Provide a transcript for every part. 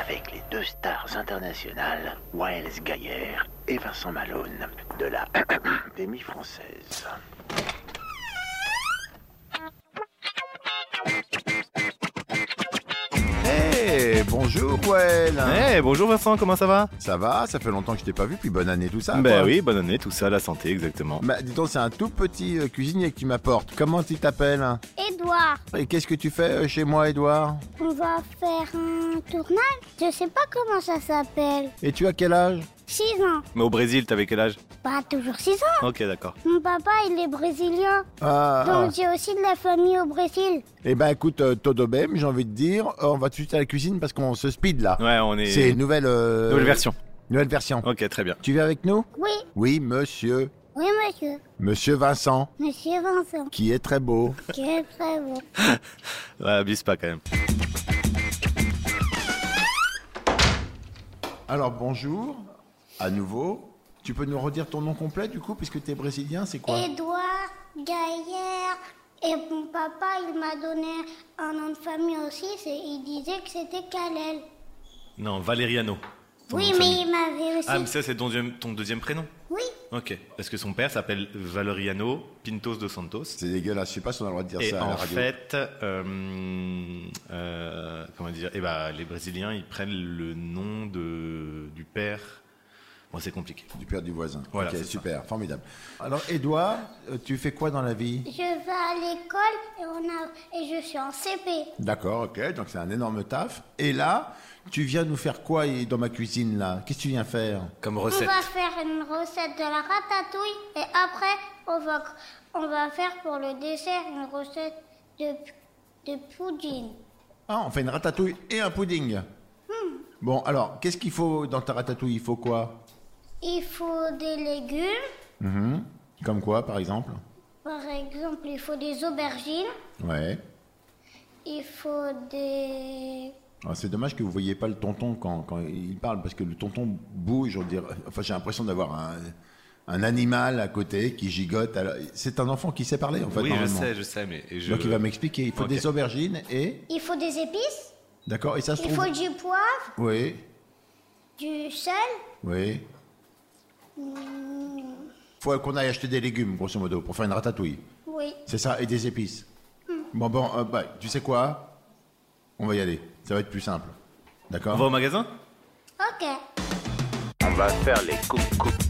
Avec les deux stars internationales, Waels Gaillère et Vincent Malone, de la Académie française. Hey, Eh, bonjour Poël Eh, bonjour Vincent, comment ça va Ça va, ça fait longtemps que je t'ai pas vu, puis bonne année tout ça. Ben Ah, quoi. oui, bonne année, tout ça, la santé, exactement. Bah, dis donc, c'est un tout petit euh, cuisinier qui m'apporte. Comment tu t'appelles hein Edouard, Et qu'est-ce que tu fais euh, chez moi, Edouard on va faire un tournage. Je sais pas comment ça s'appelle. Et tu as quel âge 6 ans. Mais au Brésil, t'avais quel âge Pas toujours 6 ans. Ok, d'accord. Mon papa, il est brésilien. Ah, ah. Donc j'ai aussi de la famille au Brésil. Eh ben écoute, euh, Todobem, j'ai envie de dire, euh, on va tout de suite à la cuisine parce qu'on se speed là. Ouais, on est... C'est une nouvelle, euh, Nouvelle version. nouvelle version. Ok, très bien. Tu viens avec nous Oui, Oui, monsieur. oui, monsieur. Monsieur Vincent, Monsieur Vincent. qui est très beau. Quel très beau. Ouais, abuse pas quand même. Alors bonjour, à nouveau. Tu peux nous redire ton nom complet du coup, puisque t'es brésilien, c'est quoi Edouard Gaillère. Et mon papa, il m'a donné un nom de famille aussi. c'est- Il disait que c'était Kalel. Non, Valeriano. Ton Oui, nom de mais famille. il m'avait aussi. Ah, mais ça, c'est ton, deuxième- ton deuxième prénom Oui, Ok. Parce que son père s'appelle Valeriano Pintos dos Santos. C'est dégueulasse, je sais pas si on a le droit de dire Et ça à en la radio. fait, euh, euh, comment dire, eh ben, les Brésiliens, ils prennent le nom de, du père. Bon, c'est compliqué. Du père du voisin. Voilà, Ok, c'est ça. super, formidable. Alors Edouard, euh, tu fais quoi dans la vie je vais à l'école et, on a... et je suis en CP. D'accord, ok, donc c'est un énorme taf. Et là, tu viens nous faire quoi et dans ma cuisine là Qu'est-ce que tu viens faire Comme On recette. va faire une recette de la ratatouille et après on va, on va faire pour le dessert une recette de, de pudding. Ah, on fait une ratatouille et un pudding. Hmm. Bon, alors, qu'est-ce qu'il faut dans ta ratatouille Il faut quoi Il faut des légumes, Mhm. Comme quoi, par exemple par exemple il faut des aubergines, Ouais. il faut des... Alors, c'est dommage que vous voyez pas le tonton quand, quand il parle, parce que le tonton bouge, on dirait. Enfin, j'ai l'impression d'avoir un, un animal à côté qui gigote. Alors, C'est un enfant qui sait parler, en fait. oui, je normalement. sais, je sais, mais et je... Donc, il va m'expliquer. Il faut Ok. des aubergines et. Il faut des épices, D'accord, et ça se il trouve. faut du poivre, Oui, du sel, oui. Faut qu'on aille acheter des légumes, grosso modo, pour faire une ratatouille. oui. C'est ça, et des épices. Hmm. Bon, bon, euh, bah, tu sais quoi On va y aller. Ça va être plus simple. On va au D'accord magasin Ok. On va faire les coupes coupes.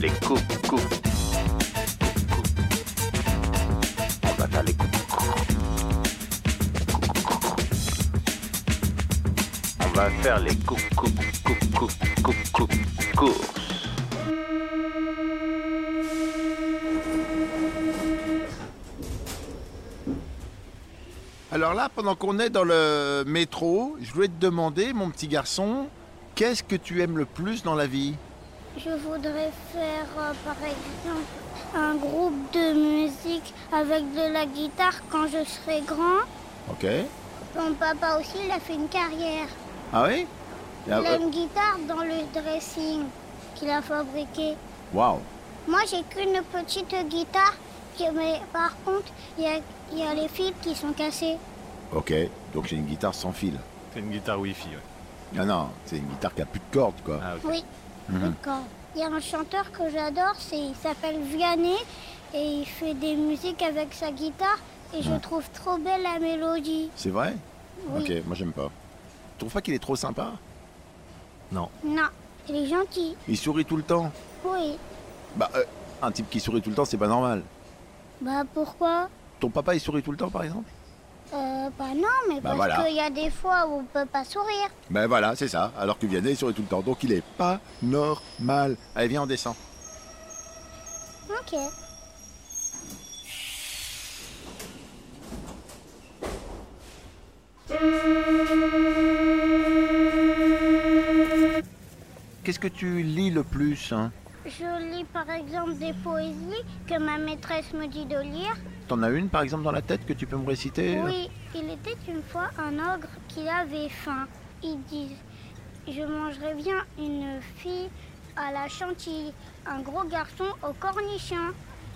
Les coupes coupes. Coupes, coupes. On va faire les coupes coupes. Coupes, coupes. On va faire les coupes coupes coupes coupes coupes coupes courses. Alors là, pendant qu'on est dans le métro, je voulais te demander, mon petit garçon, qu'est-ce que tu aimes le plus dans la vie Je voudrais faire euh, par exemple un groupe de musique avec de la guitare quand je serai grand. Ok. Mon papa aussi, il a fait une carrière. Ah oui Il a euh, une guitare dans le dressing qu'il a fabriquée. Waouh Moi, j'ai qu'une petite guitare, qui- mais par contre, il y a, il y a les fils qui sont cassés. Ok, donc j'ai une guitare sans fil. C'est une guitare Wi-Fi, ouais. Ah non, c'est une guitare qui a plus de cordes, quoi. Ah, ok. Oui, Mhm. d'accord. Il y a un chanteur que j'adore, c'est- il s'appelle Vianney, et il fait des musiques avec sa guitare, et je trouve trop belle la mélodie. C'est vrai Oui. Ok, moi j'aime pas. Tu trouves pas qu'il est trop sympa Non. Non, il est gentil. Il sourit tout le temps. Oui. Bah, euh, un type qui sourit tout le temps, c'est pas normal. Bah pourquoi Ton papa, il sourit tout le temps, par exemple euh, Bah non, mais Bah parce voilà. qu'il y a des fois où on peut pas sourire. Ben voilà, c'est ça. Alors que Vianney, il sourit tout le temps. Donc il est pas normal. Allez, viens, on descend. Ok. Qu'est-ce que tu lis le plus hein Je lis par exemple des poésies que ma maîtresse me dit de lire. T'en as une par exemple dans la tête que tu peux me réciter Oui, il était une fois un ogre qui avait faim. Il dit Je mangerai bien une fille à la chantilly, un gros garçon au cornichon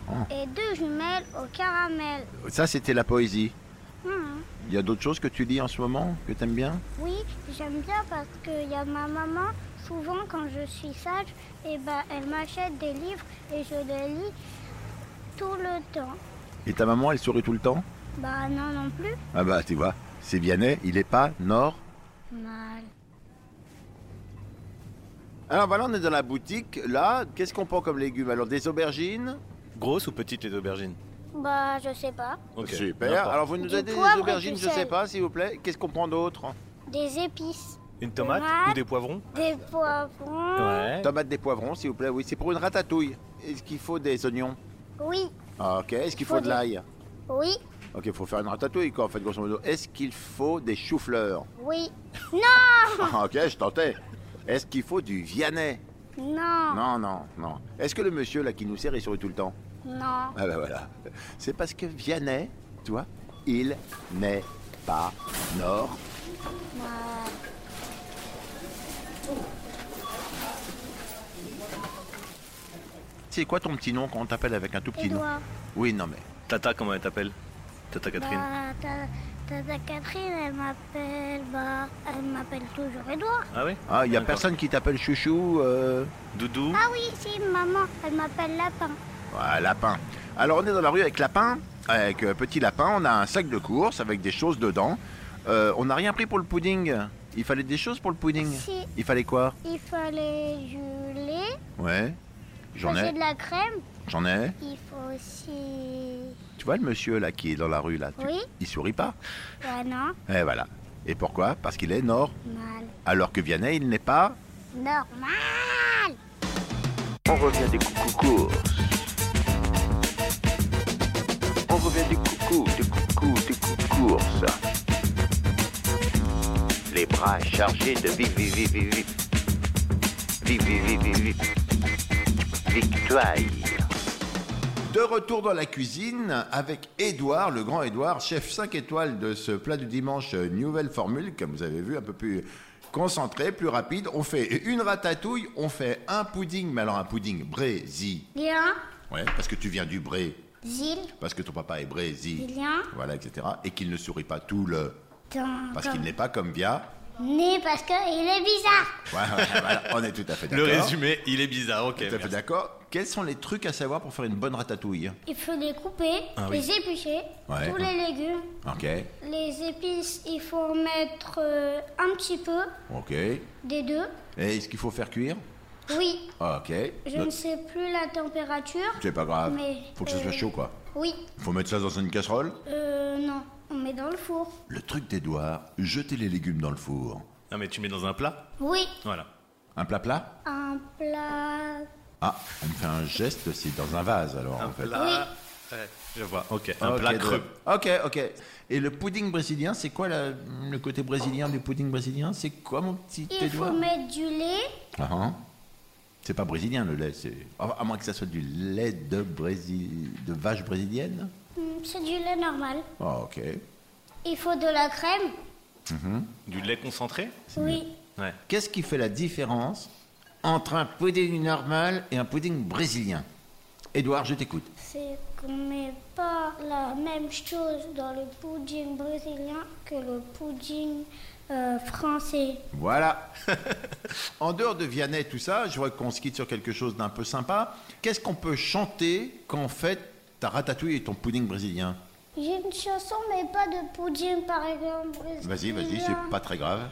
Ah. et deux jumelles au caramel. Ça c'était la poésie. Hum, Il y a d'autres choses que tu lis en ce moment que t'aimes bien Oui, j'aime bien parce qu'il y a ma maman. Souvent, quand je suis sage, eh ben, elle m'achète des livres et je les lis tout le temps. Et ta maman elle sourit tout le temps Bah non, non plus. Ah bah tu vois, c'est Vianney, il est pas nord. Mal. Alors voilà, on est dans la boutique. Là, qu'est-ce qu'on prend comme légumes Alors des aubergines Grosses ou petites les aubergines Bah, je sais pas. Ok, Super. n'importe. Alors vous nous Du donnez des poivre et aubergines, du je sais sel. pas, s'il vous plaît. Qu'est-ce qu'on prend d'autre Des épices, Une tomate Tomate. ou des poivrons des poivrons. Ouais. Tomates, des poivrons, s'il vous plaît. Oui, c'est pour une ratatouille. Est-ce qu'il faut des oignons Oui, Ah, Ok. Est-ce qu'il faut, Faut de des- l'ail oui, Ok, il faut faire une ratatouille, quoi, en fait, grosso modo. Est-ce qu'il faut des choux-fleurs oui. Ah, Ok, je tentais. Est-ce qu'il faut du Vianney Non, Non, non, non. Est-ce que le monsieur, là, qui nous sert, il sourit tout le temps non. Ah ben voilà. C'est parce que Vianney, tu vois, il n'est pas nord. Mal. C'est quoi ton petit nom quand on t'appelle avec un tout petit nom Edouard, Oui, non mais. Tata, comment elle t'appelle Tata Catherine. bah, ta, ta- ta Catherine, elle m'appelle, bah, elle m'appelle toujours Edouard. Ah oui Ah, il y a D'accord. personne qui t'appelle chouchou euh... Doudou Ah oui, si, maman, elle m'appelle Lapin. ouais, lapin. Alors on est dans la rue avec lapin, avec euh, petit lapin, on a un sac de course avec des choses dedans. Euh, on n'a rien pris pour le pudding. Il fallait des choses pour le pudding. Si, Il fallait quoi il fallait du lait, Ouais. J'en passer ai, de la crème, j'en ai. il faut aussi... Tu vois le monsieur là qui est dans la rue là tu- Oui, Il sourit pas. bah non, Et voilà. Et pourquoi Parce qu'il est nord. mal. Alors que Vianney, il n'est pas. Normal. On revient des coucou courses. On revient des coucou, des coucou, des coucou courses. Les bras chargés de vive, vive, vive, vive, vive. Vive, vive, vive, vive, vive. Victoire. De retour dans la cuisine avec Édouard, le grand Édouard, chef 5 étoiles de ce plat du dimanche, euh, nouvelle formule, comme vous avez vu, un peu plus concentré, plus rapide. On fait une ratatouille, on fait un pudding, mais alors un pudding brésil. Bien, Ouais, parce que tu viens du Bré, Zil, parce que ton papa est brésil. bien. Voilà, etc. Et qu'il ne sourit pas tout le. Parce qu'il n'est pas comme Via. Né parce qu'il est bizarre. Ouais, ouais, voilà, on est tout à fait Le d'accord. résumé, il est bizarre, ok. Tout à fait merci. d'accord. Quels sont les trucs à savoir pour faire une bonne ratatouille Il faut les couper, Ah oui. les éplucher, Ouais. tous les légumes. Ok, Les épices, il faut en mettre euh, un petit peu, ok. Et des deux. est-ce qu'il faut faire cuire Oui, Ok. je ne sais plus la température. C'est pas grave. Mais, Faut que ça soit euh, chaud, quoi. Oui, Faut mettre ça dans une casserole. euh, non, on met dans le four. Le truc d'Edouard, jeter les légumes dans le four. Ah, mais tu mets dans un plat Oui, Voilà. Un plat plat un plat. Ah, on me fait un geste, c'est dans un vase, alors, Un en fait. plat. Ouais, je vois, ok. Un Ok, plat Edouard. creux. Ok, ok. Et le pudding brésilien, c'est quoi la- le côté brésilien du pudding brésilien C'est quoi, mon petit Il faut Edouard mettre du lait. Ah, hein. C'est pas brésilien, le lait. c'est- Ah, À à moins que ça soit du lait de, Brésil... de vache brésilienne Hmm, C'est du lait normal. Ah, ok. Il faut de la crème. Du lait concentré Oui, Ouais. Qu'est-ce qui fait la différence entre un pudding normal et un pudding brésilien Édouard, je t'écoute. c'est qu'on met pas la même chose dans le pudding brésilien que le pudding euh, français. Voilà. en dehors de Vianney, tout ça, je vois qu'on se quitte sur quelque chose d'un peu sympa. Qu'est-ce qu'on peut chanter quand on fait ta ratatouille et ton pudding brésilien J'ai une chanson, mais pas de pudding, par exemple. Vas-y, vas-y, brésilien. c'est pas très grave.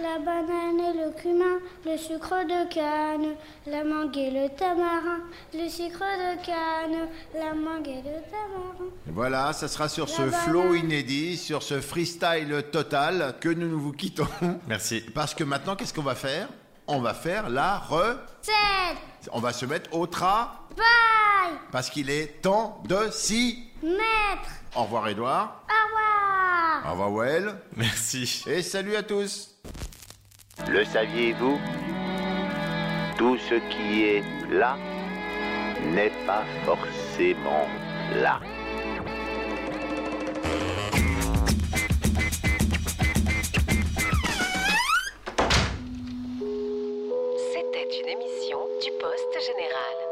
La banane et le cumin, le sucre de canne, la mangue et le tamarin, le sucre de canne, la mangue et le tamarin. Voilà, ça sera sur ce La banane. flow inédit, sur ce freestyle total que nous nous vous quittons. Merci. Parce que maintenant, qu'est-ce qu'on va faire On va faire la re... Sept, On va se mettre au tra... bye, Parce qu'il est temps de si... maître, Au revoir Edouard, au revoir. au revoir Well, Merci. et salut à tous Le saviez-vous Tout ce qui est là n'est pas forcément là. C'était une émission du Poste Général.